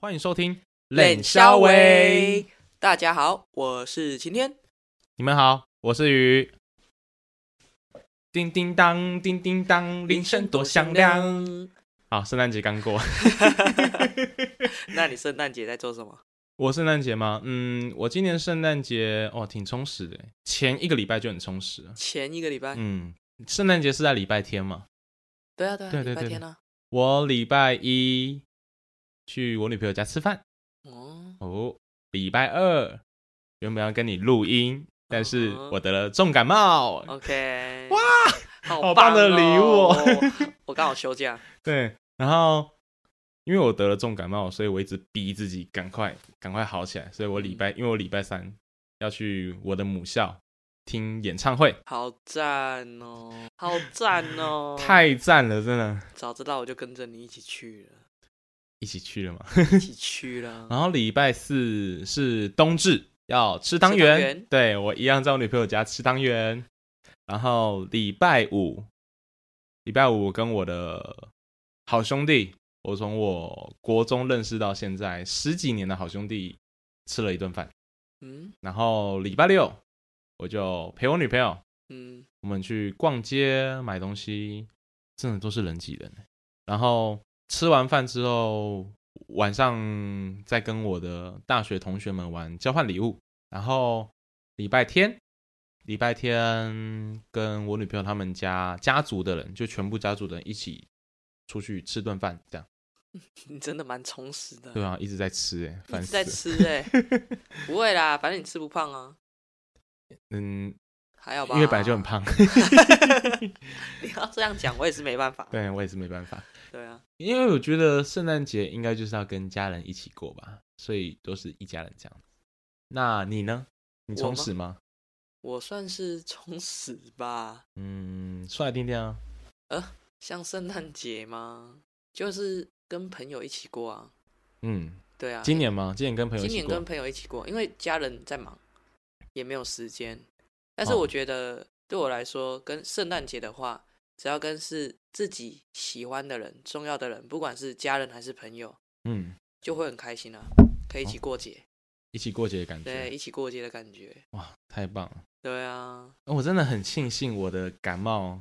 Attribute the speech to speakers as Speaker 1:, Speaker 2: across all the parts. Speaker 1: 欢迎收听
Speaker 2: 冷肖威，大家好，我是晴天。
Speaker 1: 你们好，我是鱼。叮叮当，叮叮当，铃声多响亮。。好，圣诞节刚过，
Speaker 2: 那你圣诞节在做什么？
Speaker 1: 我圣诞节吗？嗯，我今年圣诞节哦，挺充实的，前一个礼拜就很充实了。
Speaker 2: 前一个礼拜，
Speaker 1: 嗯，圣诞节是在礼拜天嘛？
Speaker 2: 对啊对啊，
Speaker 1: 对对
Speaker 2: 礼拜
Speaker 1: 对
Speaker 2: 天啊。
Speaker 1: 我礼拜一去我女朋友家吃饭，
Speaker 2: 哦，
Speaker 1: 哦，礼拜二原本要跟你录音，但是
Speaker 2: 嗯哼
Speaker 1: 我得了重感冒。
Speaker 2: OK，
Speaker 1: 哇，
Speaker 2: 好
Speaker 1: 好棒的
Speaker 2: 哦
Speaker 1: 礼物哦
Speaker 2: 我 我刚好休假，
Speaker 1: 对，然后因为我得了重感冒，所以我一直逼自己赶快赶快好起来，所以我礼拜
Speaker 2: 嗯
Speaker 1: 因为我礼拜三要去我的母校听演唱会，
Speaker 2: 好赞哦，好赞 哦！
Speaker 1: 太赞了，真的，
Speaker 2: 早知道我就跟着你一起去 了，
Speaker 1: 一起去了嘛。
Speaker 2: 一起去了。
Speaker 1: 然后礼拜四是冬至，要吃汤
Speaker 2: 吃汤
Speaker 1: 圆
Speaker 2: 圆，
Speaker 1: 对我一样在我女朋友家吃汤圆。然后礼拜五，礼拜五我跟我的好兄弟，我从我国中认识到现在十几年的好兄弟，吃了一顿饭。
Speaker 2: 嗯
Speaker 1: 然后礼拜六我就陪我女朋友，
Speaker 2: 嗯，
Speaker 1: 我们去逛街买东西，真的都是人挤人欸。然后吃完饭之后，晚上再跟我的大学同学们玩交换礼物。然后礼拜天，礼拜天跟我女朋友他们家家族的人，就全部家族的人一起出去吃顿饭，这样
Speaker 2: 你真的蛮充实的，
Speaker 1: 对啊，一直在吃哎、欸，
Speaker 2: 一
Speaker 1: 烦
Speaker 2: 直
Speaker 1: 死了
Speaker 2: 在。吃 哎、不会啦，反正你吃不胖啊，
Speaker 1: 嗯，
Speaker 2: 还好吧？
Speaker 1: 因为本来就很。胖，
Speaker 2: 你要这样讲，我也是没办法。
Speaker 1: 对我也是没办法。
Speaker 2: 对啊，
Speaker 1: 因为我觉得圣诞节应该就是要跟家人一起过吧，所以都是一家人这样。那你呢？你充实吗？
Speaker 2: 我算是充实吧，
Speaker 1: 嗯，说来听听啊。
Speaker 2: 像圣诞节嘛，就是跟朋友一起过啊。
Speaker 1: 嗯，
Speaker 2: 对啊，
Speaker 1: 今年吗？今年跟朋友一
Speaker 2: 今
Speaker 1: 起
Speaker 2: 年
Speaker 1: 过
Speaker 2: 跟。朋友一起过，因为家人在忙，也没有时间。但是我
Speaker 1: 哦
Speaker 2: 觉得对我来说，跟圣诞节的话，只要跟是自己喜欢的人、重要的人，不管是家人还是朋友，
Speaker 1: 嗯，
Speaker 2: 就会很开心啊，可以
Speaker 1: 哦
Speaker 2: 一起过节，
Speaker 1: 一起过节的感觉，
Speaker 2: 对，一起过节的感觉。
Speaker 1: 哇，太棒了！
Speaker 2: 对啊，
Speaker 1: 我真的很庆幸我的感冒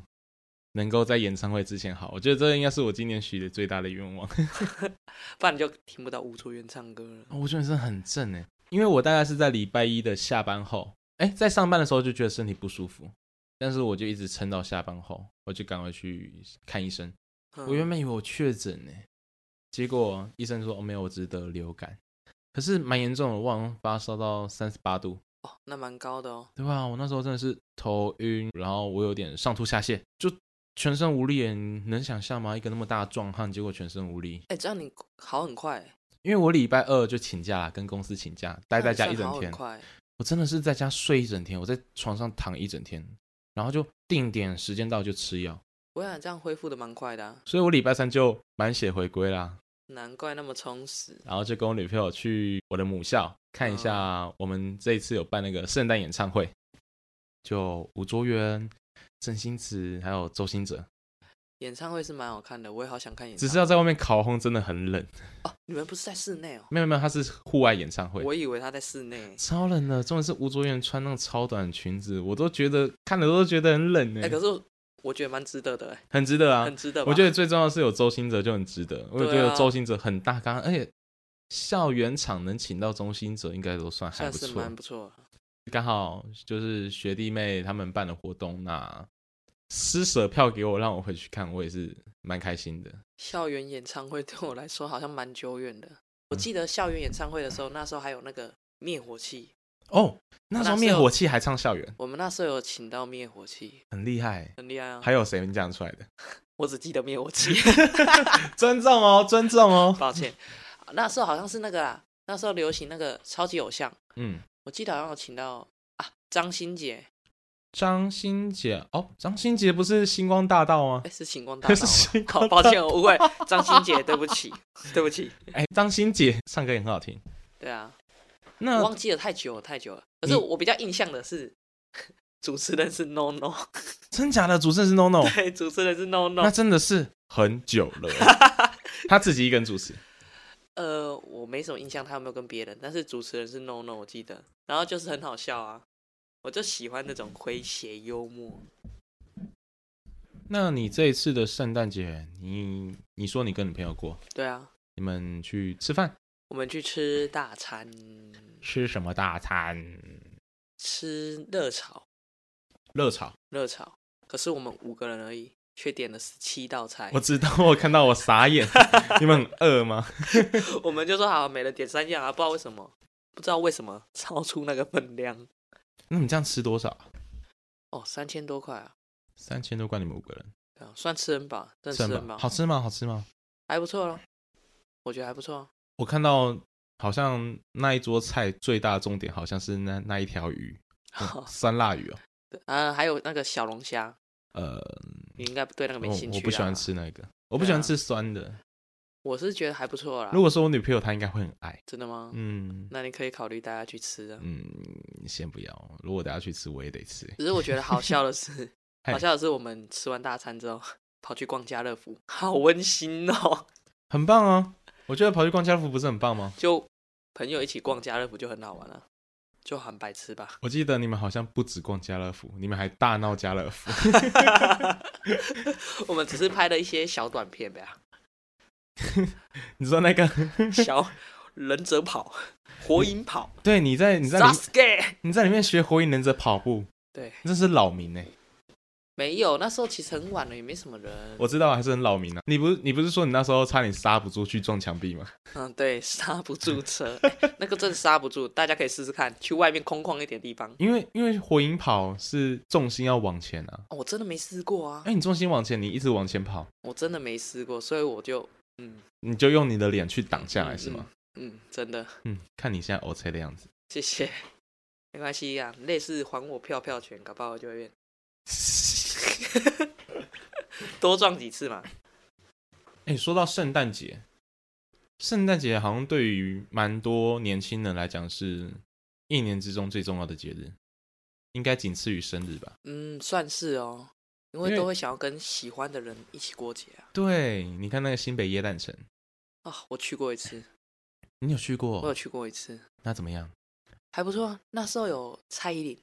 Speaker 1: 能够在演唱会之前好，我觉得这应该是我今年许的最大的愿望。
Speaker 2: 不然你就听不到吴楚元唱歌了。
Speaker 1: 哦我觉得真的很正哎，因为我大概是在礼拜一的下班后，哎，在上班的时候就觉得身体不舒服，但是我就一直撑到下班后，我就赶快去看医生。我原
Speaker 2: 嗯
Speaker 1: 本以为我确诊呢，欸结果医生说、哦、没有，我只是得流感，可是蛮严重的，我好像发烧到三十八度，
Speaker 2: 哦，那蛮高的哦。
Speaker 1: 对吧？我那时候真的是头晕，然后我有点上吐下泻，就全身无力耶，你能想象吗？一个那么大的壮汉，结果全身无力。
Speaker 2: 哎、这样你好很快、欸，
Speaker 1: 因为我礼拜二就请假啦，跟公司请假，待在
Speaker 2: 那你
Speaker 1: 家
Speaker 2: 算
Speaker 1: 一整
Speaker 2: 好很
Speaker 1: 天。
Speaker 2: 快欸
Speaker 1: 我真的是在家睡一整天，我在床上躺一整天，然后就定点时间到就吃药，
Speaker 2: 不会啊，这样恢复的蛮快的、啊，
Speaker 1: 所以我礼拜三就满血回归啦，
Speaker 2: 难怪那么充实。
Speaker 1: 然后就跟我女朋友去我的母校看一下，
Speaker 2: 嗯
Speaker 1: 我们这一次有办那个圣诞演唱会，就吴卓源、郑欣慈还有周兴哲，
Speaker 2: 演唱会是蛮好看的，我也好想看演唱
Speaker 1: 只
Speaker 2: 会。
Speaker 1: 是要在外面烤烘，真的很冷。
Speaker 2: 哦，你们不是在室内哦？
Speaker 1: 没有没有，它是户外演唱会。
Speaker 2: 我以为他在室内。欸
Speaker 1: 超冷的，重点是吴卓源穿那种超短的裙子，我都觉得看了都觉得很冷呢、欸
Speaker 2: 哎、可是我我觉得蛮值得的、欸，
Speaker 1: 很值得啊，
Speaker 2: 很值得吧。
Speaker 1: 我觉得最重要的是有周兴哲就很值得，我也觉
Speaker 2: 对啊
Speaker 1: 得周兴哲很大咖，而且校园场能请到周兴哲，应该都算还
Speaker 2: 算
Speaker 1: 不
Speaker 2: 是
Speaker 1: 错
Speaker 2: 蛮。不错的。
Speaker 1: 刚好就是学弟妹他们办的活动，那施舍票给我，让我回去看，我也是蛮开心的。
Speaker 2: 校园演唱会对我来说好像蛮久远
Speaker 1: 嗯
Speaker 2: 的。我记得校园演唱会的时候，那时候还有那个灭火器，
Speaker 1: 哦，那时候
Speaker 2: 那时
Speaker 1: 灭
Speaker 2: 候
Speaker 1: 火器还唱校园，
Speaker 2: 我们那时候有请到灭火器，
Speaker 1: 很厉害。
Speaker 2: 很厉害啊。
Speaker 1: 还有谁你讲出来的？
Speaker 2: 我只记得灭火器，
Speaker 1: 尊重哦，尊重哦。
Speaker 2: 抱歉。啊那时候好像是那个啦，那时候流行那个超级偶像，
Speaker 1: 嗯，
Speaker 2: 我记得好像有请到啊张新杰，
Speaker 1: 张新杰哦，张新杰不是星光大道吗
Speaker 2: 哎、？是星光大 道
Speaker 1: 是星
Speaker 2: 吗？
Speaker 1: 光
Speaker 2: 好，抱歉，我误会，张新杰，对不起， 对不起。
Speaker 1: 哎，张新杰唱歌也很好听。
Speaker 2: 对啊，
Speaker 1: 那
Speaker 2: 我忘记了太久了，太久了。可是
Speaker 1: 你
Speaker 2: 我比较印象的是， 主持人是 No No，
Speaker 1: 真假的主持人是 NONO，
Speaker 2: 对，主持人是 No
Speaker 1: 哦那
Speaker 2: No。
Speaker 1: 真的是很久了，他自己一个人主持。
Speaker 2: 呃，我没什么印象，他有没有跟别人？但是主持人是 No No，我记得。然后就是很好笑啊，我就喜欢那种诙谐幽默。
Speaker 1: 那你这一次的圣诞节，你你说你跟你朋友过，
Speaker 2: 对啊，
Speaker 1: 你们去吃饭，
Speaker 2: 我们去吃大餐，
Speaker 1: 吃什么大餐？
Speaker 2: 吃热炒，
Speaker 1: 热炒。
Speaker 2: 热炒。可是我们五个人而已，却点了十七道菜
Speaker 1: 我。知道，我看到我傻 眼。你们很饿吗？
Speaker 2: 我们就说好，每人点三样啊，不知道为什么，不知道为什么超出那个分量。
Speaker 1: 那你们这样吃多少啊？
Speaker 2: 哦，三千多块啊，
Speaker 1: 三千多块，你们五个人，
Speaker 2: 对啊，算吃很饱，真的
Speaker 1: 是
Speaker 2: 吃很
Speaker 1: 吧？
Speaker 2: 饱，
Speaker 1: 好吃吗？好吃吗？
Speaker 2: 还不错咯，我觉得还不错啊。
Speaker 1: 我看到好像那一桌菜最大的重点好像是那那一条 鱼，嗯酸辣鱼哦。
Speaker 2: 对啊，还有那个小龙虾，
Speaker 1: 呃，
Speaker 2: 你应该对那个没
Speaker 1: 哦我
Speaker 2: 兴趣、啊
Speaker 1: 我不喜欢，吃那个，我不喜欢吃酸的。
Speaker 2: 我是觉得还不错啦。
Speaker 1: 如果是我女朋友，她应该会很爱。
Speaker 2: 真的吗？
Speaker 1: 嗯
Speaker 2: 那你可以考虑带他去吃啊。
Speaker 1: 嗯，先不要。如果等下去吃，我也得吃。
Speaker 2: 只是我觉得好笑的是，
Speaker 1: 嘿
Speaker 2: 好笑的是我们吃完大餐之后跑去逛家乐福，好温馨哦！
Speaker 1: 很棒啊！我觉得跑去逛家乐福不是很棒吗？
Speaker 2: 就朋友一起逛家乐福就很好玩了、就很白痴吧。
Speaker 1: 我记得你们好像不止逛家乐福，你们还大闹家乐福。
Speaker 2: 我们只是拍了一些小短 片呗，啊
Speaker 1: 你说那个？
Speaker 2: 小忍者跑、火影跑、
Speaker 1: 对，你在你在里
Speaker 2: Sasuke。
Speaker 1: 你在里面学火影忍者跑步，
Speaker 2: 对，
Speaker 1: 这是扰民呢、欸
Speaker 2: 没有，那时候其实很晚了，也没什么人。
Speaker 1: 我知道啊还是很扰民啊。你不是你不是说你那时候差点刹不住去撞墙壁吗？
Speaker 2: 嗯，对，刹不住车， 哎那个真的刹不住，大家可以试试看，去外面空旷一点地方。
Speaker 1: 因为因为火影跑是重心要往前啊。
Speaker 2: 哦我真的没试过啊
Speaker 1: 哎、，你重心往前，你一直往前跑，
Speaker 2: 我真的没试过，所以我就嗯
Speaker 1: 你就用你的脸去挡下来
Speaker 2: 嗯
Speaker 1: 是吗？
Speaker 2: 嗯，真的
Speaker 1: 嗯，看你现在 OK 的样子。
Speaker 2: 谢谢，没关系呀、类似还我票票权，搞不好就会变 多撞几次嘛。
Speaker 1: 哎、说到圣诞节，圣诞节好像对于蛮多年轻人来讲是一年之中最重要的节日，应该仅次于生日吧？
Speaker 2: 嗯，算是哦，因
Speaker 1: 因
Speaker 2: 为
Speaker 1: 为
Speaker 2: 都会想要跟喜欢的人一起过节啊。
Speaker 1: 对，你看那个新北耶诞城，
Speaker 2: 啊，我去过一次，
Speaker 1: 你有去
Speaker 2: 我有
Speaker 1: 过？
Speaker 2: 去过一次，
Speaker 1: 那怎么样？
Speaker 2: 还不错啊。那时候有蔡依林，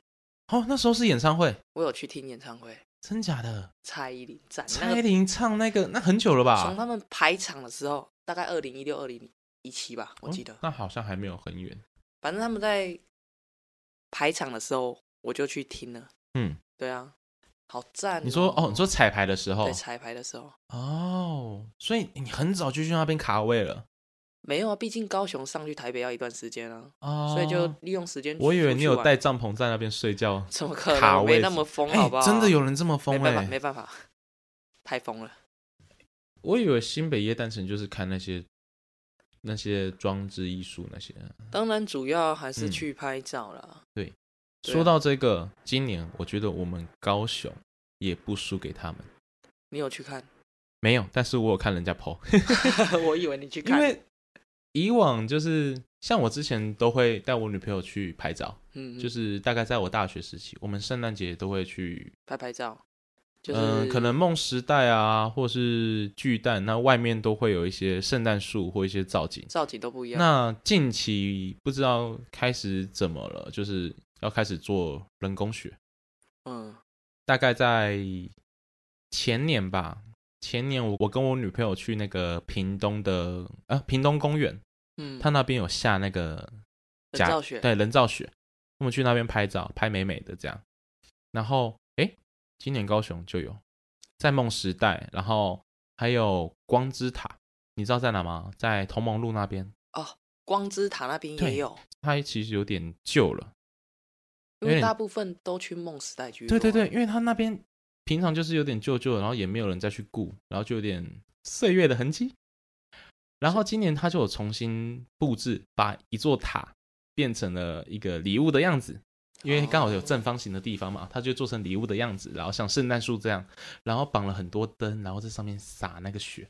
Speaker 1: 哦，那时候是演唱会，
Speaker 2: 我有去听演唱会，
Speaker 1: 真假的？
Speaker 2: 蔡依林站那
Speaker 1: 蔡依
Speaker 2: 个
Speaker 1: 林啊唱那个，那很久了吧？
Speaker 2: 从他们排场的时候，大概二零一六、二零一七吧，我记得
Speaker 1: 哦。那好像还没有很远。
Speaker 2: 反正他们在排场的时候，我就去听了。
Speaker 1: 嗯，
Speaker 2: 对啊，好赞、
Speaker 1: 你说哦，你说彩排的时候
Speaker 2: 对彩排的时候
Speaker 1: 哦，所以你很早就去那边卡位了
Speaker 2: 没有啊？毕竟高雄上去台北要一段时间啊，
Speaker 1: 哦，
Speaker 2: 所以就利用时间。
Speaker 1: 我以为你有带，帐篷在那边睡觉，
Speaker 2: 怎么可
Speaker 1: 卡
Speaker 2: 能？我
Speaker 1: 位
Speaker 2: 没
Speaker 1: 置
Speaker 2: 那么疯，
Speaker 1: 哎
Speaker 2: 好不好？
Speaker 1: 真的有人这么
Speaker 2: 没
Speaker 1: 疯哎、
Speaker 2: 办法，没办法，太疯了。
Speaker 1: 我以为新北夜诞城就是看那些那些装置艺术那些。
Speaker 2: 当然，主要还是
Speaker 1: 嗯
Speaker 2: 去拍照啦。对啊
Speaker 1: 说到这个，今年我觉得我们高雄也不输给他们。
Speaker 2: 你有去看？
Speaker 1: 没有，但是我有看人家 PO，
Speaker 2: 我以为你去
Speaker 1: 因
Speaker 2: 看。
Speaker 1: 为以往就是像我之前都会带我女朋友去拍照，
Speaker 2: 嗯，
Speaker 1: 就
Speaker 2: 就是
Speaker 1: 是大概在我大学时期，我们圣诞节都会去，
Speaker 2: 拍拍照，就
Speaker 1: 嗯、
Speaker 2: 是、
Speaker 1: 可能梦时代啊，或是巨蛋，那外面都会有一些圣诞树或一些造景。
Speaker 2: 造景都不一样。
Speaker 1: 那近期不知道开始怎么了，就是要开始做人工雪，
Speaker 2: 嗯，
Speaker 1: 大概在前年吧。前年我我跟我女朋友去那个屏东的啊屏东公园，
Speaker 2: 嗯，
Speaker 1: 它那边有下那个
Speaker 2: 人
Speaker 1: 假
Speaker 2: 造雪，
Speaker 1: 对人造雪，我们去那边拍照，拍美美的这样。然后诶，今年高雄就有在梦时代，然后还有光之塔，你知道在哪吗？在同盟路那边，
Speaker 2: 光之塔那边
Speaker 1: 对
Speaker 2: 也有。
Speaker 1: 它其实有点旧了。有
Speaker 2: 因为
Speaker 1: 点
Speaker 2: 大部分都去梦时代居
Speaker 1: 对
Speaker 2: 多。
Speaker 1: 对对，因，为他那边平常就是有点旧旧的，然后也没有人再去顾，然后就有点岁月的痕迹。然后今年他就有重新布置，把一座塔变成了一个礼物的样子，因为刚好有正方形的地方嘛，他就做成礼物的样子，然后像圣诞树这样，然后绑了很多灯，然后在上面撒那个雪。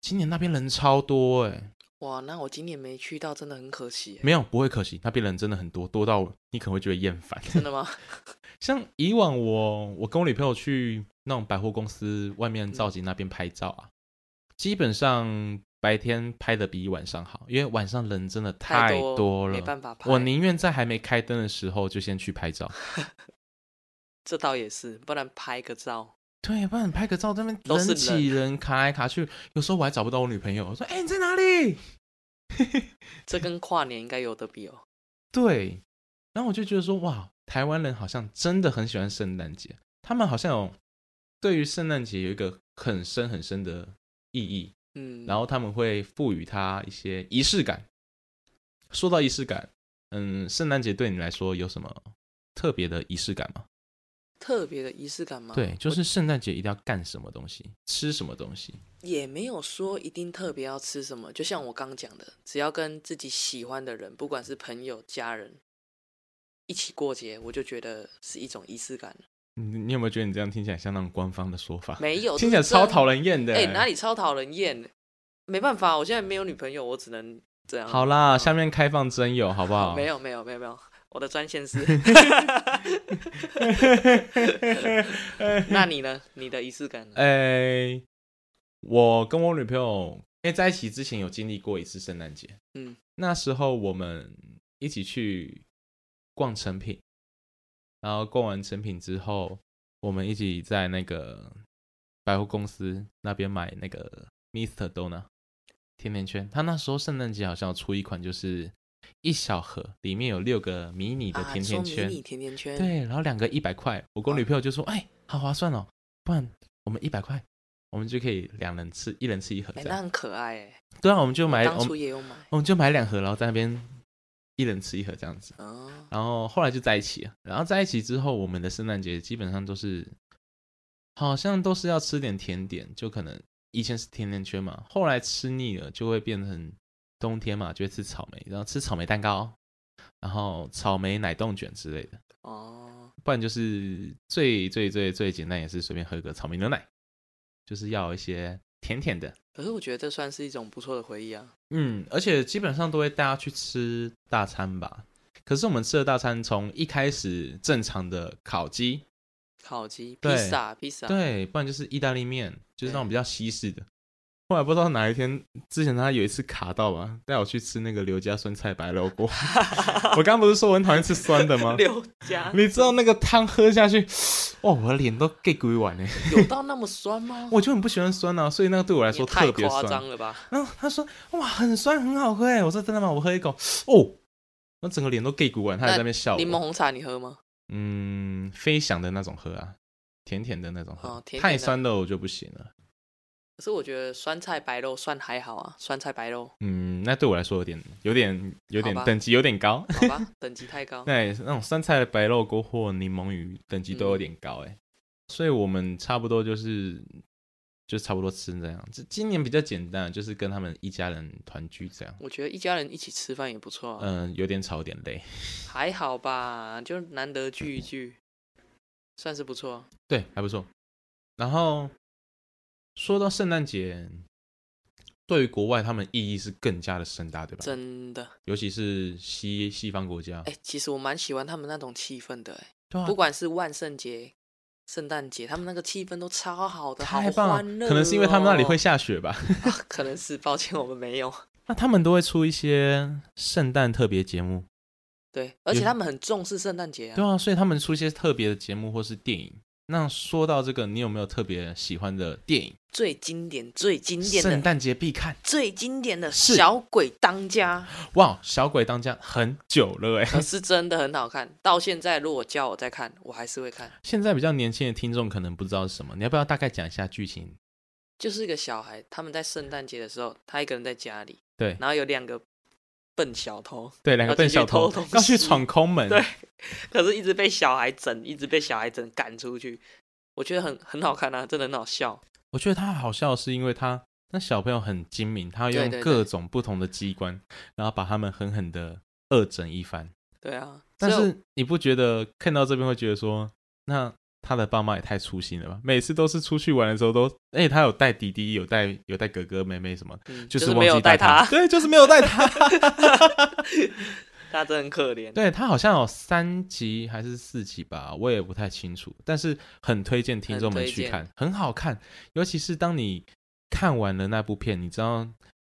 Speaker 1: 今年那边人超多哎、
Speaker 2: 哇，那我今年没去到，真的很可惜耶。
Speaker 1: 没有不会可惜，那边人真的很多，多到你可能会觉得厌烦。
Speaker 2: 真 的吗？
Speaker 1: 像以往我我跟我女朋友
Speaker 2: 嗯
Speaker 1: 去那种百货公司外面造景那边拍照啊，基本上白天拍的比晚上好，因为晚上人真的
Speaker 2: 太
Speaker 1: 太多
Speaker 2: 没
Speaker 1: 了。
Speaker 2: 办法拍。
Speaker 1: 我宁愿在还没开灯的时候就先去拍照，
Speaker 2: 这倒也是，不然拍个照，
Speaker 1: 对，不然拍个照这边
Speaker 2: 都是
Speaker 1: 人挤人卡来卡去，有时候我还找不到我女朋友，我说：“哎、你在哪里
Speaker 2: 这跟跨年应该有得比哦。？”
Speaker 1: 对，然后我就觉得说，哇，台湾人好像真的很喜欢圣诞节，他们好像有对于圣诞节有一个很深很深的意义。
Speaker 2: 嗯，
Speaker 1: 然后他们会赋予它一些仪式感。说到仪式感，嗯，圣诞节对你来说有什么特别的仪式感吗？
Speaker 2: 特别的仪式感吗？
Speaker 1: 对，就是圣诞节一定要干什么东西，吃什么东西。
Speaker 2: 也没有说一定特别要吃什么，就像我刚讲的，只要跟自己喜欢的人，不管是朋友、家人，一起过节，我就觉得是一种仪式感。
Speaker 1: 你你有没有觉得你这样听起来像那种官方的说法？
Speaker 2: 没 有，
Speaker 1: 听起来超讨
Speaker 2: 人
Speaker 1: 人厌的、
Speaker 2: 哎、哪里超讨人厌？没办法，我现在没有女朋友，我只能这样。
Speaker 1: 好啦，下面开放真友，好不好？
Speaker 2: 没有没有没有没有，我的 专线是。那你呢？你的仪式感呢？
Speaker 1: 哎、我跟我女朋友因为在一起之前有经历过一次圣诞节，
Speaker 2: 嗯，
Speaker 1: 那时候我们一起去逛成品，然后逛完成品之后，我们一起在那个百货公司那边买那个 Mister Donut 甜甜圈，他那时候圣诞节好像有出一款就是一小盒，里面有六个迷你的
Speaker 2: 啊
Speaker 1: 甜
Speaker 2: 你
Speaker 1: 甜
Speaker 2: 说
Speaker 1: 圈，
Speaker 2: 迷你甜甜圈，，
Speaker 1: 对，然后两个一百块，我跟我女朋友就说：“哎、好划算哦，不然我们一百块，我们就可以两人吃，一人吃一盒
Speaker 2: 哎、
Speaker 1: 这
Speaker 2: 那
Speaker 1: 样。
Speaker 2: 很可爱哎、
Speaker 1: 对啊，我们就买，
Speaker 2: 当
Speaker 1: 我
Speaker 2: 初
Speaker 1: 们
Speaker 2: 也有买。
Speaker 1: 我们就买两盒，然后在那边一人吃一盒这样子。
Speaker 2: 哦，
Speaker 1: 然后后来就在一起了，然后在一起之后，我们的圣诞节基本上都是好像都是要吃点甜点，就可能以前是甜甜圈嘛，后来吃腻了就会变成冬天嘛，就会吃草莓，然后吃草莓蛋糕，然后草莓奶冻卷之类的。
Speaker 2: 哦，
Speaker 1: 不然就是最最最最简单，也是随便喝个草莓牛奶，就是要一些甜甜的。
Speaker 2: 可是我觉得这算是一种不错的回忆啊。
Speaker 1: 嗯，而且基本上都会带他去吃大餐吧。可是我们吃的大餐，从一开始正常的烤鸡，
Speaker 2: 烤鸡、披
Speaker 1: 对
Speaker 2: 萨、披萨，
Speaker 1: 对，不然就是意大利面，就是那种
Speaker 2: 对
Speaker 1: 比较西式的。后来不知道哪一天，之前他有一次卡到吧，带我去吃那个刘家酸菜白肉锅。 我刚不是说我很讨厌吃酸 的吗？
Speaker 2: 六家
Speaker 1: 你知道那个汤喝下去，哇，我的脸都 g 骨一碗呢。
Speaker 2: 有到那么酸吗？
Speaker 1: 我就很不喜欢酸啊，所以那个对我来
Speaker 2: 也
Speaker 1: 说
Speaker 2: 太
Speaker 1: 特别
Speaker 2: 夸张
Speaker 1: 酸。
Speaker 2: 了吧？
Speaker 1: 然后他说：“哇，很酸，很好喝哎！”我说：“真的吗？”我喝一口，哦，我整个脸都 gay 骨啊完，他还在那边笑我。
Speaker 2: 柠檬红茶你喝吗？
Speaker 1: 嗯，飞翔的那种喝啊，甜甜的那种喝，
Speaker 2: 哦甜甜的
Speaker 1: 太酸的我就不行了。
Speaker 2: 可是我觉得酸菜白肉算还好啊，酸菜白肉，
Speaker 1: 嗯，那对我来说有点、有点、有点
Speaker 2: 好吧嗯
Speaker 1: 等级有点高。
Speaker 2: 好吧，等级太高。
Speaker 1: 那也是那种酸菜白肉锅或柠檬鱼等级都有点高哎、所以我们差不多就是就差不多吃这样。这今年比较简单，就是跟他们一家人团聚这样。
Speaker 2: 我觉得一家人一起吃饭也不错啊，
Speaker 1: 嗯，有点吵，有点累。
Speaker 2: 还好吧，就难得聚一聚，算是不错。
Speaker 1: 对，还不错。然后说到圣诞节，对于国外他们意义是更加的深大，对吧？
Speaker 2: 真的，
Speaker 1: 尤其是西西方国家，
Speaker 2: 哎、其实我蛮喜欢他们那种气氛的、哎
Speaker 1: 对啊
Speaker 2: 不管是万圣节、圣诞节，他们那个气氛都超好的，好
Speaker 1: 太棒了
Speaker 2: 欢乐、哦
Speaker 1: 可能是因为他们那里会、 下雪吧。
Speaker 2: 啊，可能是抱歉我们没有。
Speaker 1: 那他们都会出一些圣诞特别节目，
Speaker 2: 对，而且
Speaker 1: 有
Speaker 2: 他们很重视圣诞节啊。
Speaker 1: 对啊，所以他们出一些特别的节目或是电影。那说到这个，你有没有特别喜欢的电影？
Speaker 2: 最经典、最经典
Speaker 1: 圣
Speaker 2: 的、
Speaker 1: 诞节必看。
Speaker 2: 最经典的
Speaker 1: 是
Speaker 2: 小鬼当家，
Speaker 1: 哇，小鬼当家很久了哎、
Speaker 2: 可是真的很好看。到现在，如果叫我再看，我还是会看。
Speaker 1: 现在比较年轻的听众可能不知道是什么，你要不要大概讲一下剧情？
Speaker 2: 就是一个小孩，他们在圣诞节的时候，他一个人在家里，
Speaker 1: 对
Speaker 2: 然后有两个笨小偷，
Speaker 1: 对，两个
Speaker 2: 要进
Speaker 1: 笨
Speaker 2: 去
Speaker 1: 小
Speaker 2: 偷
Speaker 1: 偷
Speaker 2: 东
Speaker 1: 要去
Speaker 2: 西
Speaker 1: 闯空门，
Speaker 2: 对可是一直被小孩整，一直被小孩整赶出去。我觉得很很好看啊，真的很好笑。
Speaker 1: 我觉得他好笑，是因为他那小朋友很精明，他用
Speaker 2: 对对对
Speaker 1: 各种不同的机关，然后把他们狠狠的恶整一番。
Speaker 2: 对啊，
Speaker 1: 但
Speaker 2: 所以
Speaker 1: 是你不觉得看到这边会觉得说，那他的爸妈也太粗心了吧？每次都是出去玩的时候都，哎、他有带弟弟，有带有带哥哥妹妹什么，
Speaker 2: 嗯
Speaker 1: 就是是忘
Speaker 2: 没有
Speaker 1: 记
Speaker 2: 带
Speaker 1: 他，
Speaker 2: 他，
Speaker 1: 对，就是没有带他。
Speaker 2: 他真的很可怜。嗯
Speaker 1: 对他好像有三集还是四集吧，我也不太清楚，但是很推荐听众们去看，很好看。尤其是当你看完了那部片，你知道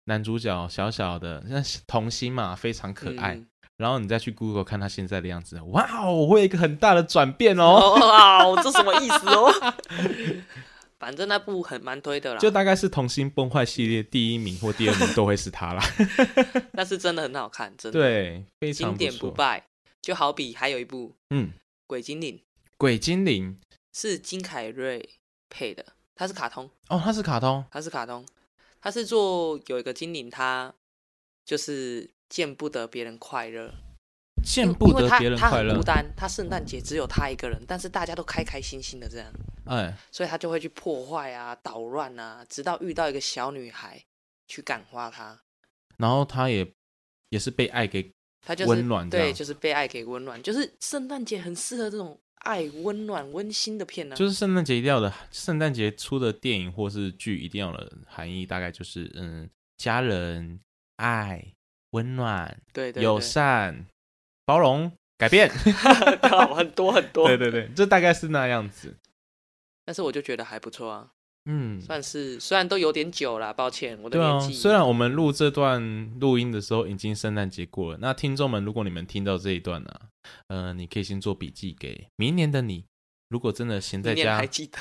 Speaker 1: 男主角小小的，那童星嘛，非常可爱。
Speaker 2: 嗯
Speaker 1: 然后你再去 Google 看他现在的样子，哇哦，会有一个很大的转变 哦，
Speaker 2: 哦哇哦，这什么意思哦？ 反正那部很蛮推的啦，
Speaker 1: 就大概是童星崩坏系列第一名或第二名都会是他 啦。
Speaker 2: 但是真的很好看，真的
Speaker 1: 对，非常
Speaker 2: 经典
Speaker 1: 错。
Speaker 2: 不败。就好比还有一部《
Speaker 1: 嗯，
Speaker 2: 鬼精灵》
Speaker 1: 鬼精灵
Speaker 2: 是金凯瑞配的，它是卡通，
Speaker 1: 哦，它是卡通，
Speaker 2: 它是卡通，它是做有一个精灵，它就是见不得别人快乐，
Speaker 1: 见不
Speaker 2: 嗯因为
Speaker 1: 得
Speaker 2: 他
Speaker 1: 别人
Speaker 2: 他
Speaker 1: 快
Speaker 2: 很
Speaker 1: 乐
Speaker 2: 孤。单，他圣诞节只有他一个人，但是大家都开开心心的这样，
Speaker 1: 哎，
Speaker 2: 所以他就会去破坏啊、捣乱啊，直到遇到一个小女孩去感化他，
Speaker 1: 然后他也也是被爱给
Speaker 2: 他就是
Speaker 1: 温暖这样
Speaker 2: 对，就是被爱给温暖，就是圣诞节很适合这种爱、温暖、温馨的片呢、啊
Speaker 1: 就是圣诞节一定要的，圣诞节出的电影或是剧一定要的含义，大概就是嗯，家人、爱、温暖、
Speaker 2: 对对
Speaker 1: 友
Speaker 2: 对，
Speaker 1: 善、包容、改 变。
Speaker 2: 靠 很多很多，
Speaker 1: 对对对，这大概是那样子。
Speaker 2: 但是我就觉得还不错啊，
Speaker 1: 嗯，
Speaker 2: 算是虽然都有点久了，抱歉我的
Speaker 1: 对啊。
Speaker 2: 年纪。
Speaker 1: 虽然我们录这段录音的时候已经圣诞节过了，那听众们，如果你们听到这一段呢、啊，呃，你可以先做笔记给明年的你。如果真的闲在
Speaker 2: 明年
Speaker 1: 家
Speaker 2: 还，记得，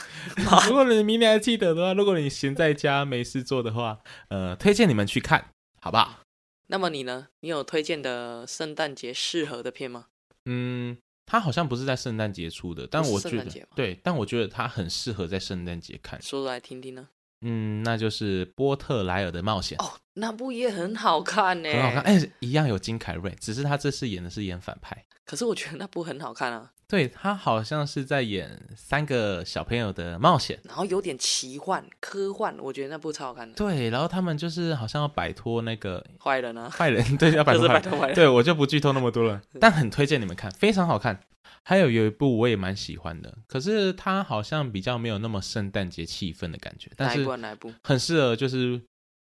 Speaker 1: 如果你明年还记得的话，如果你闲在家没事做的话，呃，推荐你们去看，好不好？
Speaker 2: 那么你呢？你有推荐的圣诞节适合的片吗？
Speaker 1: 嗯，它好像不是在圣诞节出的，但
Speaker 2: 不是
Speaker 1: 我
Speaker 2: 圣
Speaker 1: 觉
Speaker 2: 诞
Speaker 1: 得
Speaker 2: 节吗
Speaker 1: 对，但我觉得它很适合在圣诞节看。
Speaker 2: 说来听听呢。
Speaker 1: 嗯，那就是波特莱尔的冒险，
Speaker 2: 哦，那部也很好看呢、
Speaker 1: 很好看。哎、一样有金凯瑞，只是他这次演的是演反派。
Speaker 2: 可是我觉得那部很好看啊，
Speaker 1: 对他好像是在演三个小朋友的冒险，
Speaker 2: 然后有点奇幻、科幻，我觉得那部超好看的。
Speaker 1: 对，然后他们就是好像要摆脱那个
Speaker 2: 坏人 啊，
Speaker 1: 坏 人，对，要摆
Speaker 2: 就是
Speaker 1: 脱坏
Speaker 2: 拜
Speaker 1: 人。
Speaker 2: 托坏人。
Speaker 1: 对我就不剧透那么多了，但很推荐你们看，非常好看。还有有一部我也蛮喜欢的，可是它好像比较没有那么圣诞节气氛的感觉，但
Speaker 2: 哪一
Speaker 1: 是
Speaker 2: 部啊？哪一部？
Speaker 1: 很适合就是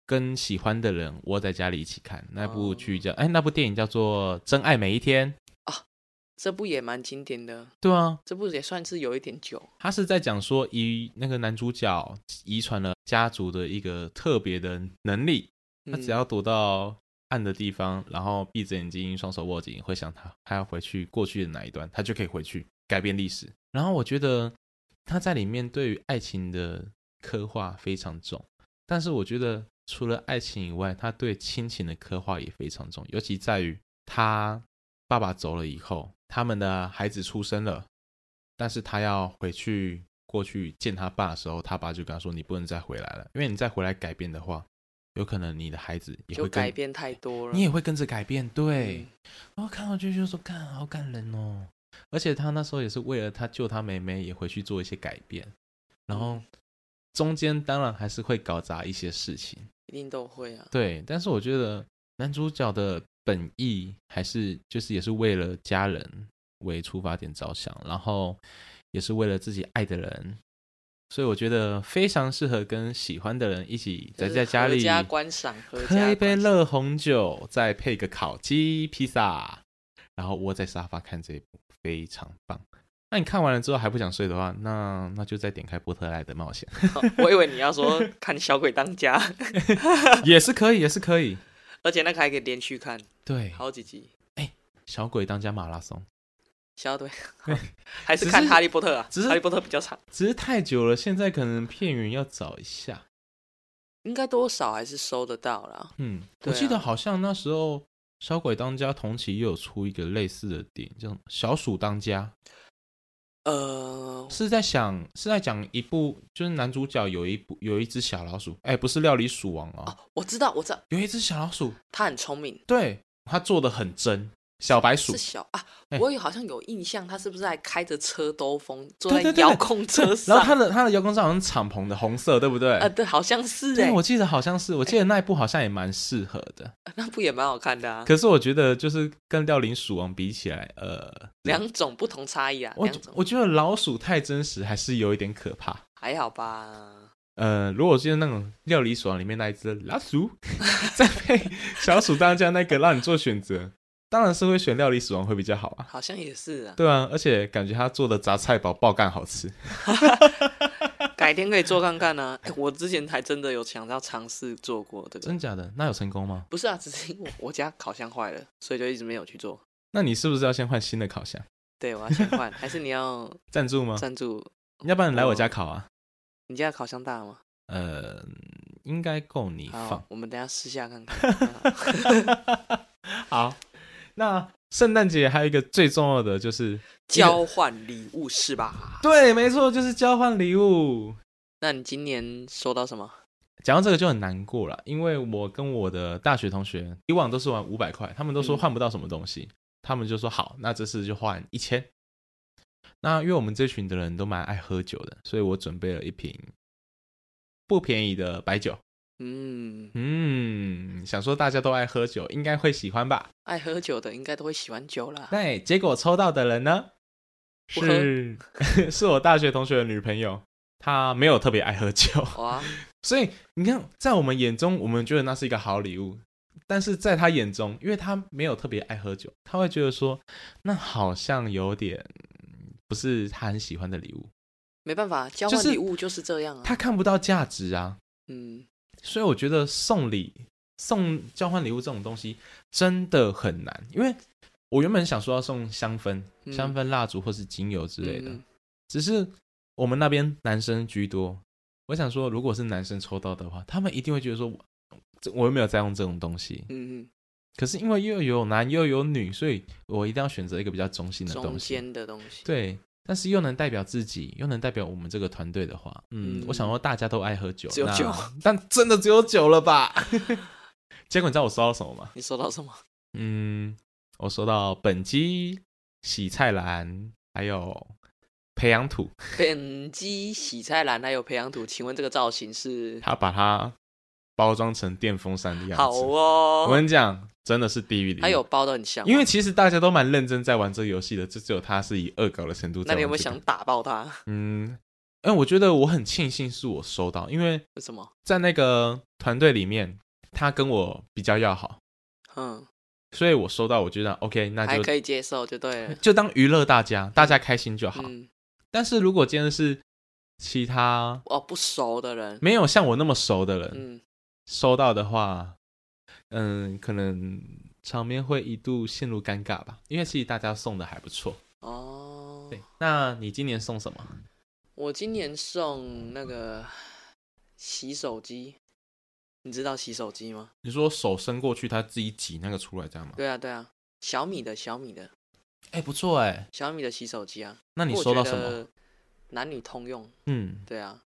Speaker 1: 跟喜欢的人窝在家里一起看。那部
Speaker 2: 哦
Speaker 1: 剧叫哎、那部电影叫做《真爱每一天》，
Speaker 2: 这部也蛮经典的，
Speaker 1: 对啊，
Speaker 2: 这部也算是有一点久。
Speaker 1: 它是在讲说遗那个男主角遗传了家族的一个特别的能力，他
Speaker 2: 嗯
Speaker 1: 只要躲到暗的地方，然后闭着眼睛，双手握紧，回想他他要回去过去的哪一段，他就可以回去改变历史。然后我觉得他在里面对于爱情的刻画非常重，但是我觉得除了爱情以外，他对亲情的刻画也非常重，尤其在于他爸爸走了以后，他们的孩子出生了，但是他要回去过去见他爸的时候，他爸就跟他说：“你不能再回来了，因为你再回来改变的话，有可能你的孩子也
Speaker 2: 就
Speaker 1: 会跟
Speaker 2: 改，变太多了。
Speaker 1: 你也会跟着改变。”对
Speaker 2: 嗯，，
Speaker 1: 然后看到就就说：“看，好感人哦！”而且他那时候也是为了他救他妹妹，也回去做一些改变。然后中间当然还是会搞砸一些事情，
Speaker 2: 一定都会啊。
Speaker 1: 对，但是我觉得男主角的本意还是就是也是为了家人为出发点着想，然后也是为了自己爱的人，所以我觉得非常适合跟喜欢的人一起宅
Speaker 2: 就是
Speaker 1: 在家
Speaker 2: 合
Speaker 1: 里
Speaker 2: 家观赏，合
Speaker 1: 喝
Speaker 2: 家
Speaker 1: 一杯
Speaker 2: 观赏
Speaker 1: 热红酒，再配个烤鸡、披萨，然后窝在沙发看这一部，非常棒。那你看完了之后还不想睡的话，那那就再点开波特莱的冒 险，
Speaker 2: 我以为你要说看《小鬼当家》，
Speaker 1: 也是可以，也是可以。
Speaker 2: 而且那个还可以连续看
Speaker 1: 对，
Speaker 2: 好几集。
Speaker 1: 小鬼当家马拉松。
Speaker 2: 小鬼还
Speaker 1: 哎只
Speaker 2: 是看
Speaker 1: 是
Speaker 2: 《哈利波特》啊，
Speaker 1: 只是
Speaker 2: 哈利波特》比较长，
Speaker 1: 只是太久了，现在可能片源要找一下。
Speaker 2: 应该多少还是收得到啦。
Speaker 1: 嗯，我
Speaker 2: 对啊
Speaker 1: 记得好像那时候《小鬼当家》同期也有出一个类似的电影，叫什么《小鼠当家
Speaker 2: 呃》，，
Speaker 1: 是在想是在讲一部，就是男主角有一部有一只小老鼠，哎、不是料理鼠王哦，
Speaker 2: 哦，我知道，我知道，
Speaker 1: 有一只小老鼠，
Speaker 2: 他很聪明，
Speaker 1: 对，它做的很真，小白鼠
Speaker 2: 是，小啊
Speaker 1: 哎，
Speaker 2: 我有好像有印象，他是不是还开着车兜风，坐
Speaker 1: 对
Speaker 2: 在
Speaker 1: 对对
Speaker 2: 遥控车
Speaker 1: 然后它
Speaker 2: 上？
Speaker 1: 的它的遥控车好像是敞篷的红色，对不对？
Speaker 2: 啊，对，好像是
Speaker 1: 对，
Speaker 2: 哎
Speaker 1: 我，记得好像是，我记得那一部好像也蛮适合的。
Speaker 2: 那部也蛮好看的啊，
Speaker 1: 可是我觉得就是跟料理鼠王比起来，呃，
Speaker 2: 两种不同差异啊，
Speaker 1: 我
Speaker 2: 两种
Speaker 1: 我觉得老鼠太真实，还是有一点可怕。
Speaker 2: 还好吧。
Speaker 1: 呃，如果是那种料理鼠王里面那一只老鼠， 再配小鼠当家那个，让你做选择，当然是会选料理鼠王会比较好啊。
Speaker 2: 好像也是啊，
Speaker 1: 对啊，而且感觉他做的杂菜煲爆干好吃。
Speaker 2: 改天可以做看看呢、啊。哎我之前还真的有想要尝试做过这个，
Speaker 1: 真假的？那有成功吗？
Speaker 2: 不是啊，只是因为我我家烤箱坏了，所以就一直没有去做。
Speaker 1: 那你是不是要先换新的烤箱？
Speaker 2: 对，我要先换，还是你要
Speaker 1: 赞助吗？
Speaker 2: 赞助？
Speaker 1: 要不然你来我家烤啊？
Speaker 2: 你家的烤箱大吗？
Speaker 1: 呃，应该够你放
Speaker 2: 好。，我们等一下试下 看啊看。
Speaker 1: 好，那圣诞节还有一个最重要的就是
Speaker 2: 交换礼物是吧？
Speaker 1: 对，没错，就是交换礼物。
Speaker 2: 那你今年收到什么？
Speaker 1: 讲到这个就很难过了，因为我跟我的大学同学以往都是玩五百块，他们都说
Speaker 2: 嗯
Speaker 1: 换不到什么东西，他们就说好，那这次就换一千。那因为我们这群的人都蛮爱喝酒的，所以我准备了一瓶不便宜的白酒。
Speaker 2: 嗯，
Speaker 1: 嗯，想说大家都爱喝酒，应该会喜欢吧？
Speaker 2: 爱喝酒的应该都会喜欢酒啦。
Speaker 1: 对，结果抽到的人呢，
Speaker 2: 不喝
Speaker 1: 是是 我大学同学的女朋友，她没有特别爱喝酒。
Speaker 2: 哇，
Speaker 1: 所以你看，在我们眼中，我们觉得那是一个好礼物，但是在他眼中，因为他没有特别爱喝酒，他会觉得说，那好像有点嗯不是他很喜欢的礼物，
Speaker 2: 没办法，交
Speaker 1: 就
Speaker 2: 换
Speaker 1: 是
Speaker 2: 礼物就是这样啊。
Speaker 1: 他看不到价值啊。
Speaker 2: 嗯，
Speaker 1: 所以我觉得送礼、送交换礼物这种东西真的很难，因为我原本想说要送香氛、
Speaker 2: 嗯
Speaker 1: 香氛蜡烛或是精油之类的，
Speaker 2: 嗯
Speaker 1: 只是我们那边男生居多。我想说，如果是男生抽到的话，他们一定会觉得说，我这我又没有在用这种东西。
Speaker 2: 嗯
Speaker 1: 可是因为又有男又有女，所以我一定要选择一个比较中性
Speaker 2: 嗯，
Speaker 1: 的
Speaker 2: 中
Speaker 1: 东西。
Speaker 2: 间的东西。
Speaker 1: 对，但是又能代表自己，又能代表我们这个团队的话，嗯，
Speaker 2: 嗯
Speaker 1: 我想说大家都爱喝酒，
Speaker 2: 只有
Speaker 1: 那
Speaker 2: 酒，
Speaker 1: 但真的只有酒了吧？ 结果你知道我收到什么吗？
Speaker 2: 你收到什么？
Speaker 1: 嗯，我收到本鸡、洗菜篮，还有培养土。
Speaker 2: 本鸡洗菜篮还有培养土，请问这个造型是
Speaker 1: 他把它包装成电风扇的样子。
Speaker 2: 好
Speaker 1: 我
Speaker 2: 哦？
Speaker 1: 跟你讲，真的是地狱礼物。
Speaker 2: 它有，包的很像吗，
Speaker 1: 因为其实大家都蛮认真在玩这个游戏的，就只有他是以恶搞的程度在
Speaker 2: 那
Speaker 1: 玩、
Speaker 2: 你有没有想？打爆它？
Speaker 1: 嗯，哎，我觉得我很庆幸是我收到，因为
Speaker 2: 为什么？
Speaker 1: 在那个团队里面，他跟我比较要好，
Speaker 2: 嗯，
Speaker 1: 所以我收到，我觉得 OK，那
Speaker 2: 还
Speaker 1: 就
Speaker 2: 可以接受就 对了。
Speaker 1: 就当娱乐大家，大家开心就好。
Speaker 2: 嗯，
Speaker 1: 但是如果今天是其他
Speaker 2: 哦，不熟的人，
Speaker 1: 没有像我那么熟的人，
Speaker 2: 嗯，
Speaker 1: 收到的话，嗯，可能场面会一度陷入尴尬吧，因为其实大家送的还不错。
Speaker 2: 哦，
Speaker 1: 对，那你今年送什么？
Speaker 2: 我今年送那个洗手机，你知道洗手机吗？
Speaker 1: 你说手伸过去，他自己挤那个出来，这样吗？
Speaker 2: 对啊，对啊，小米的小米的
Speaker 1: 哎、不错哎、
Speaker 2: 小米的洗手机啊。
Speaker 1: 那你
Speaker 2: 我
Speaker 1: 收到
Speaker 2: 觉
Speaker 1: 什么？
Speaker 2: 得男女通用，
Speaker 1: 嗯，
Speaker 2: 对啊。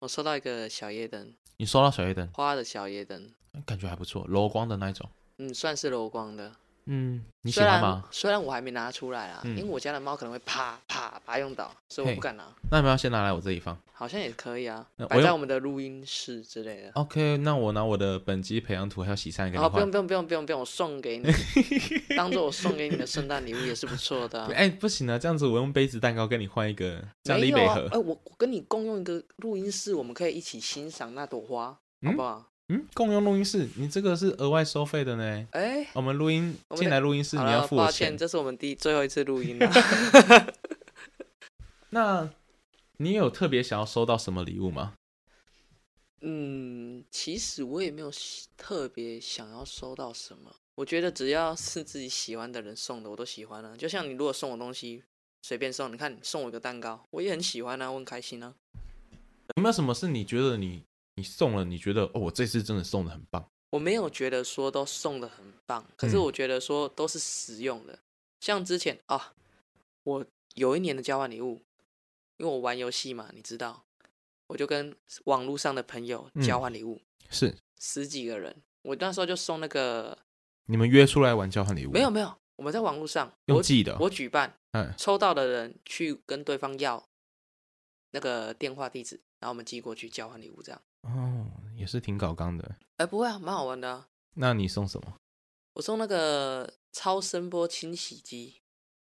Speaker 2: 我收到一个小夜灯，
Speaker 1: 你收到小夜灯，
Speaker 2: 花的小夜灯，
Speaker 1: 感觉还不错，柔光的那一种。
Speaker 2: 嗯，算是柔光的。
Speaker 1: 嗯，你喜
Speaker 2: 虽
Speaker 1: 欢
Speaker 2: 然
Speaker 1: 吗？
Speaker 2: 虽然我还没拿出来啦，
Speaker 1: 嗯
Speaker 2: 因为我家的猫可能会啪啪啪用到，所以我
Speaker 1: 嘿
Speaker 2: 不敢拿。
Speaker 1: 那要不要先拿来我这里放
Speaker 2: 好像也可以啊
Speaker 1: 那，我
Speaker 2: 摆在
Speaker 1: 用
Speaker 2: 我们的录音室之类的。
Speaker 1: ？OK，那我拿我的本机培养土还有洗菜给你
Speaker 2: 然哦后不用
Speaker 1: 换。
Speaker 2: 不用不用不用不用，我送 给你，当做我送给你的圣诞礼物也是不错的啊、
Speaker 1: 哎、不行啊，这样子我用杯子蛋糕跟你换一个，这样
Speaker 2: 没
Speaker 1: 立
Speaker 2: 有
Speaker 1: 北
Speaker 2: 啊，
Speaker 1: 河
Speaker 2: 哎、。我我跟你共用一个录音室，我们可以一起欣赏那朵花，
Speaker 1: 嗯
Speaker 2: 好不好？
Speaker 1: 嗯，共用录音室，你这个是额外收费的呢。
Speaker 2: 哎、
Speaker 1: 我们录音
Speaker 2: 我们
Speaker 1: 进来录音室，
Speaker 2: 好
Speaker 1: 你
Speaker 2: 了，
Speaker 1: 要付我
Speaker 2: 抱
Speaker 1: 钱
Speaker 2: 歉，。这是我们第最后一次录音 了。
Speaker 1: 那你有特别想要收到什么礼物吗？
Speaker 2: 嗯，其实我也没有喜特别想要收到什么，我觉得只要是自己喜欢的人送的，我都喜欢啊。就像你如果送我东西，随便送，你看你送我一个蛋糕，我也很喜欢啊，我很开心啊。
Speaker 1: 有没有什么是你觉得你你送了，你觉得哦，我这次真的送的很棒？
Speaker 2: 我没有觉得说都送的很棒，可是
Speaker 1: 嗯
Speaker 2: 我觉得说都是实用的。像之前啊，我有一年的交换礼物，因为我玩游戏嘛，你知道，我就跟网络上的朋友
Speaker 1: 嗯
Speaker 2: 交换礼物，
Speaker 1: 是
Speaker 2: 十几个人，我那时候就送那个
Speaker 1: 你们约出来玩交换礼物？
Speaker 2: 没有，没有，我们在网络上
Speaker 1: 用
Speaker 2: 我
Speaker 1: 寄的哦。
Speaker 2: 我举办
Speaker 1: 嗯，
Speaker 2: 抽到的人去跟对方要那个电话地址，然后我们寄过去交换礼物这样。
Speaker 1: 哦，也是挺搞刚的。
Speaker 2: 哎、不会啊，蛮好玩的啊、
Speaker 1: 那你送什么？
Speaker 2: 我送那个超声波清洗机，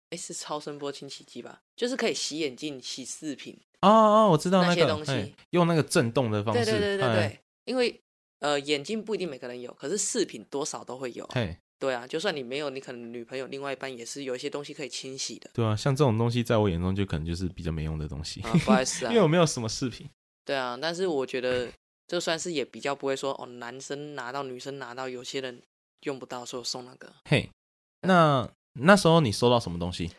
Speaker 2: 哎，是超声波清洗机吧？就是可以洗眼镜、洗饰品。
Speaker 1: 哦哦，我知道
Speaker 2: 那
Speaker 1: 那
Speaker 2: 些
Speaker 1: 个
Speaker 2: 东西
Speaker 1: 哎用那个震动的方
Speaker 2: 对
Speaker 1: 式。
Speaker 2: 对对对
Speaker 1: 哎
Speaker 2: 对，因为呃眼镜不一定每个人有，可是饰品多少都会有啊。
Speaker 1: 嘿，
Speaker 2: 对啊，就算你没有，你可能女朋友另外一半也是有一些东西可以清洗的
Speaker 1: 对啊，像这种东西，在我眼中就可能就是比较没用的东西，
Speaker 2: 啊。不好意思
Speaker 1: 因
Speaker 2: 啊
Speaker 1: 为，我没有什么饰品。
Speaker 2: 对啊，但是我觉得这算是也比较不会说哦，男生拿到女生拿到，有些人用不到，所以我送那个。
Speaker 1: 嘿，那那时候你收到什么东西？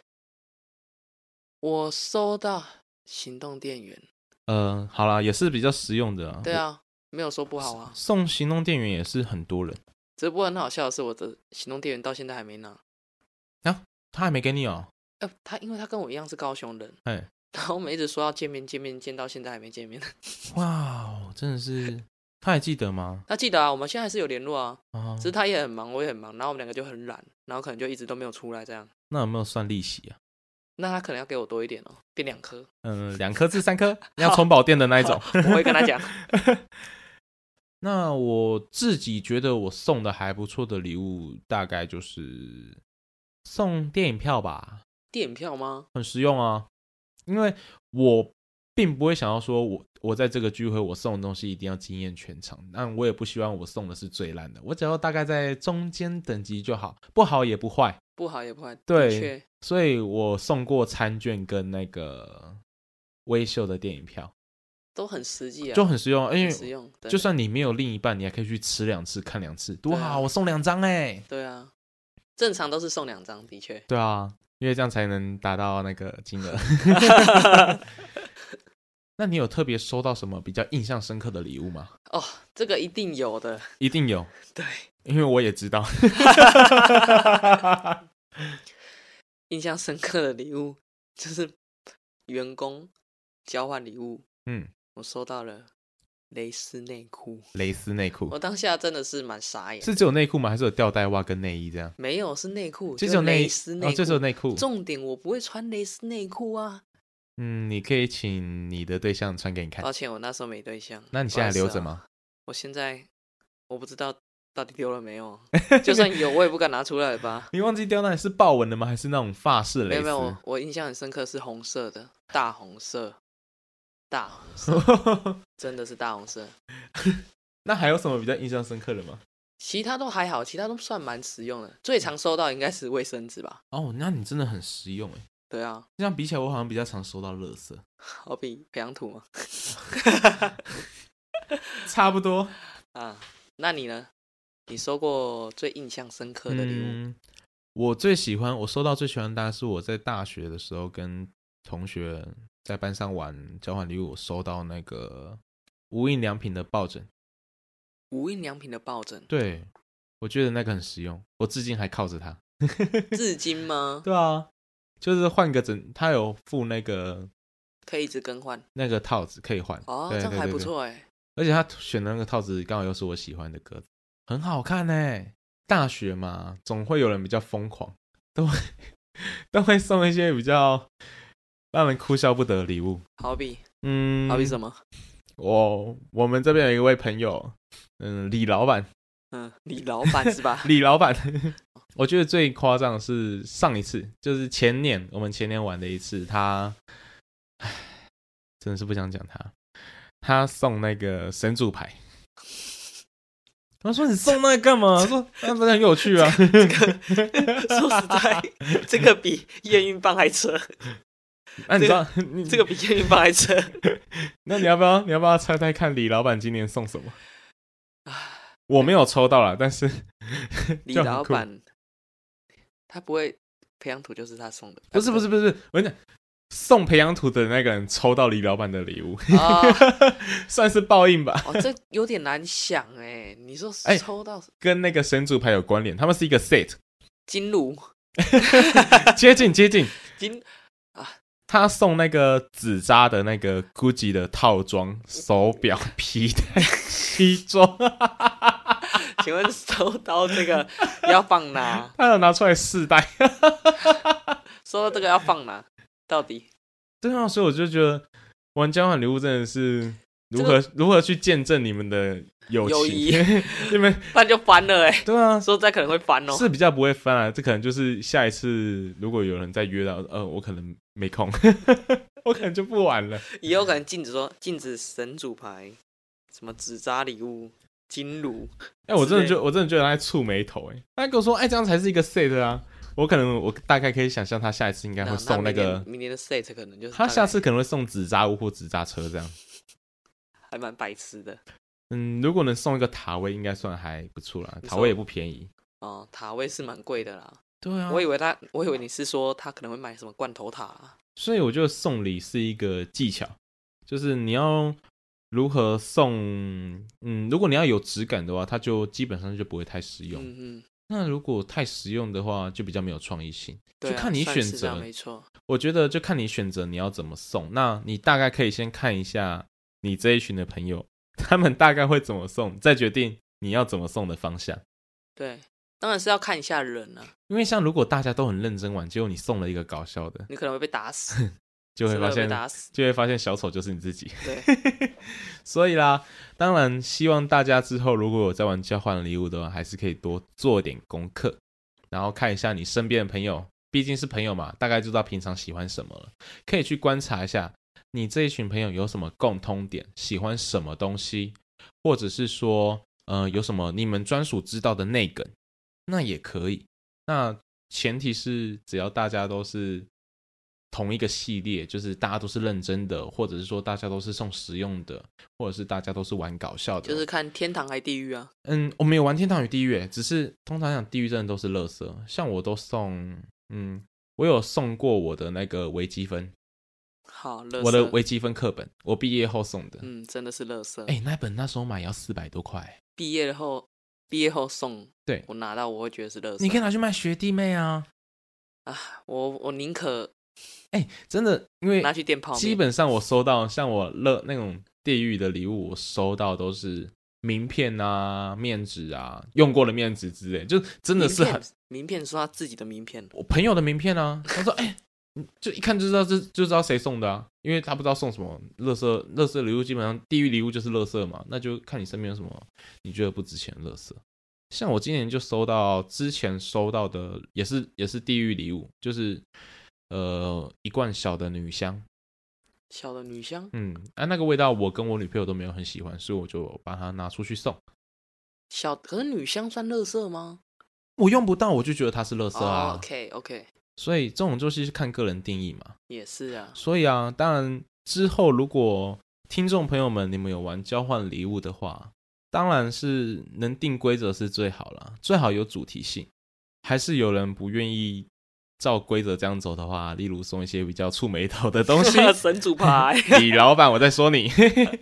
Speaker 2: 我收到行动电源，
Speaker 1: 呃，好啦，也是比较实用的、啊。
Speaker 2: 对啊，没有说不好啊，
Speaker 1: 送行动电源也是很多人，
Speaker 2: 只不过很好笑的是，我的行动电源到现在还没拿。
Speaker 1: 他还没给你哦。
Speaker 2: 呃，他因为他跟我一样是高雄人，
Speaker 1: 哎，
Speaker 2: 然后我们一直说要见面见面，见到现在还没见面。
Speaker 1: 哇哦，真的是，他还记得吗？
Speaker 2: 他记得啊，我们现在还是有联络啊，
Speaker 1: 啊
Speaker 2: 只，是他也很忙，我也很忙，然后我们两个就很懒，然后可能就一直都没有出来这样。
Speaker 1: 那有没有算利息啊？
Speaker 2: 那他可能要给我多一点哦，变两颗，
Speaker 1: 嗯，两颗至三颗，要充饱电的那一种。
Speaker 2: 我会跟他讲。
Speaker 1: 那我自己觉得我送的还不错的礼物，大概就是送电影票吧，
Speaker 2: 电影票吗？
Speaker 1: 很实用啊。因为我并不会想要说我我在这个聚会我送的东西一定要惊艳全场，但我也不希望我送的是最烂的，我只要大概在中间等级就好，不好也不坏。
Speaker 2: 不好也不坏，的
Speaker 1: 对
Speaker 2: 确
Speaker 1: 所以我送过餐券跟那个微秀的电影票，
Speaker 2: 都很实际啊，
Speaker 1: 就很实用啊，因
Speaker 2: 很
Speaker 1: 为
Speaker 2: 实用。对
Speaker 1: 就算你没有另一半，你还可以去吃两次、看两次，多
Speaker 2: 对啊
Speaker 1: 好！我送两张哎，
Speaker 2: 对啊，正常都是送两张，的确。
Speaker 1: 对啊，因为这样才能达到那个金额。 那你有特别收到什么比较印象深刻的礼物吗？
Speaker 2: 哦，这个一定有的，
Speaker 1: 一定有，
Speaker 2: 对，
Speaker 1: 因为我也知道。
Speaker 2: 印象深刻的礼物就是员工交换礼物，
Speaker 1: 嗯，
Speaker 2: 我收到了蕾丝内裤，
Speaker 1: 蕾丝内裤
Speaker 2: 我当下真的是蛮傻眼，
Speaker 1: 是只有内裤吗？还是有吊带袜跟内衣这样？
Speaker 2: 没有是内裤，
Speaker 1: 就
Speaker 2: 就
Speaker 1: 只有内
Speaker 2: 蕾
Speaker 1: 衣
Speaker 2: 丝，
Speaker 1: 然
Speaker 2: 内
Speaker 1: 后就只有内裤。
Speaker 2: 重点我不会穿蕾丝内裤啊，
Speaker 1: 嗯，你可以请你的对象穿给你看。
Speaker 2: 抱歉，我那时候没对象。
Speaker 1: 哎那你现在
Speaker 2: 哦不好意
Speaker 1: 留
Speaker 2: 思
Speaker 1: 着
Speaker 2: 啊
Speaker 1: 吗？
Speaker 2: 我现在我不知道到底丢了 没有，就算有我也不敢拿出来吧。
Speaker 1: 你忘记吊带是豹纹的吗？还是那种发式蕾
Speaker 2: 没有
Speaker 1: 丝？
Speaker 2: 没有，我我印象很深刻是红色的，大红色，大红 色，真的是大红色。
Speaker 1: 那还有什么比较印象深刻的吗？
Speaker 2: 其他都还好，其他都算蛮实用的。最常收到应该是卫生纸吧？
Speaker 1: 哦，那你真的很实用哎。
Speaker 2: 对啊，
Speaker 1: 这样比起来，我好像比较常收到垃圾，
Speaker 2: 好比培养土嘛。
Speaker 1: 差不多。
Speaker 2: 啊，那你呢？你收过最印象深刻的礼物？
Speaker 1: 嗯，我最喜欢我收到最喜欢的大概是我在大学的时候跟同学在班上玩交换礼物，我收到那个无印良品的抱枕，
Speaker 2: 无印良品的抱枕，
Speaker 1: 对我觉得那个很实用，我至今还靠着它。
Speaker 2: 至今吗？
Speaker 1: 对啊，就是换个枕，它有附那个
Speaker 2: 可以一直更换
Speaker 1: 那个套子可以换
Speaker 2: 哦，
Speaker 1: 对
Speaker 2: 这样
Speaker 1: 对
Speaker 2: 还
Speaker 1: 对
Speaker 2: 不
Speaker 1: 对
Speaker 2: 错哎。
Speaker 1: 而且他选的那个套子刚好又是我喜欢的歌，很好看呢、大学嘛，总会有人比较疯狂，都会都会送一些比较让人哭笑不得的礼物。
Speaker 2: 好比
Speaker 1: 嗯，
Speaker 2: 好比什么？
Speaker 1: 我我们这边有一位朋友，嗯，李老板，？
Speaker 2: 嗯，李老板是吧
Speaker 1: 李老板，我觉得最夸张的是上一次，就是前年我们前年玩的一次，他，唉，真的是不想讲他，他送那个神主牌。我说你送那个干嘛？他说那不是很有趣 啊。
Speaker 2: 这个说实在，这个比验孕棒还扯，
Speaker 1: 那哎你知道你
Speaker 2: 这个比验孕棒还扯。
Speaker 1: 那你要不要你要不要猜猜看李老板今年送什么？我没有抽到了，但是
Speaker 2: 李
Speaker 1: 就很
Speaker 2: 老
Speaker 1: 酷
Speaker 2: 板他不会培养土就是他送的，
Speaker 1: 不是不是不是，我跟你讲，送培养土的那个人抽到李老板的礼物，
Speaker 2: 啊、
Speaker 1: 算是报应吧。
Speaker 2: 哦，这有点难想哎。你说
Speaker 1: 哎
Speaker 2: 抽到
Speaker 1: 跟那个神主牌有关联，他们是一个 set，
Speaker 2: 金炉
Speaker 1: 接近接近。
Speaker 2: 金
Speaker 1: 他送那个纸扎的那个 GUCCI 的套装、手表、皮带、西装，
Speaker 2: 请问收到这个要 放哪？
Speaker 1: 他有拿出来试戴。
Speaker 2: 收到这个要放哪？到底
Speaker 1: 对啊，所以我就觉得玩交换礼物真的是如何、如何去见证你们的友
Speaker 2: 友
Speaker 1: 情
Speaker 2: 谊，
Speaker 1: 你们
Speaker 2: 那就翻了哎。
Speaker 1: 对啊，
Speaker 2: 说实在可能会翻哦。
Speaker 1: 是比较不会翻啊，这可能就是下一次如果有人再约到，呃，我可能没空， 我可能就不玩了。
Speaker 2: 以后可能禁止说禁止神主牌，什么纸扎礼物、金炉，
Speaker 1: 哎、我真的
Speaker 2: 之
Speaker 1: 觉我真的觉得他在触眉头、哎，他跟我说，哎、这样才是一个 set 啊。我可能我大概可以想象他下一次应该会送
Speaker 2: 那
Speaker 1: 那
Speaker 2: 明年
Speaker 1: 个，
Speaker 2: 明年的 set 可能就是
Speaker 1: 他
Speaker 2: 大概
Speaker 1: 下次可能会送纸扎屋或纸扎车这样。
Speaker 2: 还蛮白痴的
Speaker 1: 嗯，如果能送一个塔位，应该算还不错啦。
Speaker 2: 你
Speaker 1: 塔
Speaker 2: 说
Speaker 1: 位也不便宜。
Speaker 2: 哦。塔位是蛮贵的啦，
Speaker 1: 对啊
Speaker 2: 我以为他，我以为你是说他可能会买什么罐头塔啊、
Speaker 1: 所以我觉得送礼是一个技巧，就是你要如何送，嗯，如果你要有质感的话，它就基本上就不会太实用。
Speaker 2: 嗯嗯，
Speaker 1: 那如果太实用的话，就比较没有创意性。
Speaker 2: 对、啊，
Speaker 1: 就看你
Speaker 2: 算是
Speaker 1: 选
Speaker 2: 这样
Speaker 1: 择
Speaker 2: 没错。
Speaker 1: 我觉得就看你选择你要怎么送。那你大概可以先看一下你这一群的朋友，他们大概会怎么送，再决定你要怎么送的方向。
Speaker 2: 对，当然是要看一下人啊，
Speaker 1: 因为像如果大家都很认真玩，结果你送了一个搞笑的，
Speaker 2: 你可能会被打死，
Speaker 1: 就会
Speaker 2: 真
Speaker 1: 发
Speaker 2: 的被
Speaker 1: 现
Speaker 2: 打死。
Speaker 1: 就会发现小丑就是你自己。
Speaker 2: 对，
Speaker 1: 所以啦，当然希望大家之后如果有在玩交换礼物的话，还是可以多做点功课，然后看一下你身边的朋友，毕竟是朋友嘛，大概知道平常喜欢什么了，可以去观察一下你这一群朋友有什么共通点，喜欢什么东西，或者是说，呃，有什么你们专属知道的内梗，那也可以。那前提是只要大家都是同一个系列，就是大家都是认真的，或者是说大家都是送实用的，或者是大家都是玩搞笑的。
Speaker 2: 就是看天堂还地狱啊。
Speaker 1: 嗯，我们有玩天堂与地狱欸，只是通常讲地狱真的都是垃圾，像我都送，嗯，我有送过我的那个微积分，
Speaker 2: 好，垃圾
Speaker 1: 我的微积分课本，我毕业后送的。
Speaker 2: 嗯，真的是乐色。
Speaker 1: 哎、那本那时候买要四百多块，
Speaker 2: 毕业后，毕业后送，
Speaker 1: 对
Speaker 2: 我拿到我会觉得是乐色。
Speaker 1: 你可以拿去卖学弟妹啊！
Speaker 2: 我我宁可
Speaker 1: 哎、真的，因为
Speaker 2: 拿去电泡面。
Speaker 1: 基本上我收到像我乐那种地狱的礼物，我收到都是名片啊、面纸啊、用过的面纸之类，就真的是
Speaker 2: 名
Speaker 1: 很
Speaker 2: 片名片说他自己的名片，
Speaker 1: 我朋友的名片啊，他说：“哎、你就一看就知道这就知道谁送的啊，因为他不知道送什么乐色，乐色礼物基本上地狱礼物就是乐色嘛，那就看你身边有什么你觉得不值钱的乐色。像我今年就收到之前收到的也是也是地狱礼物，就是呃一罐小的女香，
Speaker 2: 小的女香，
Speaker 1: 嗯，啊那个味道我跟我女朋友都没有很喜欢，所以我就把它拿出去送。
Speaker 2: 小可是女香算乐色吗？
Speaker 1: 我用不到我就觉得它是乐色啊
Speaker 2: 哦、，OK OK，
Speaker 1: 所以这种就是看个人定义嘛。
Speaker 2: 也是 啊。
Speaker 1: 所以啊，当然之后如果听众朋友们你们有玩交换礼物的话，当然是能定规则是最好啦，最好有主题性。还是有人不愿意照规则这样走的话，例如送一些比较触眉头的 东西，
Speaker 2: 神主牌，
Speaker 1: 李老板我在说你，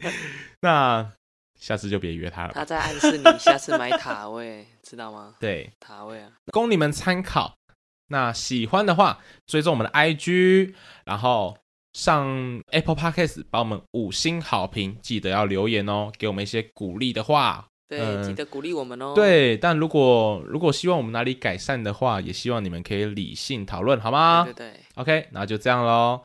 Speaker 1: 那下次就别约他了
Speaker 2: 他
Speaker 1: 吧。
Speaker 2: 在暗示你下次买塔位，知道吗？
Speaker 1: 对，
Speaker 2: 塔位啊，
Speaker 1: 供你们参考。那喜欢的话，追踪我们的 IG，然后上 Apple Podcast 把我们五星好评，记得要留言哦，给我们一些鼓励的话。
Speaker 2: 对，
Speaker 1: 嗯
Speaker 2: 记得鼓励我们哦。，
Speaker 1: 对，但如果如果希望我们哪里改善的话，也希望你们可以理性讨论，好吗
Speaker 2: 对对对，
Speaker 1: ？OK，那就这样喽，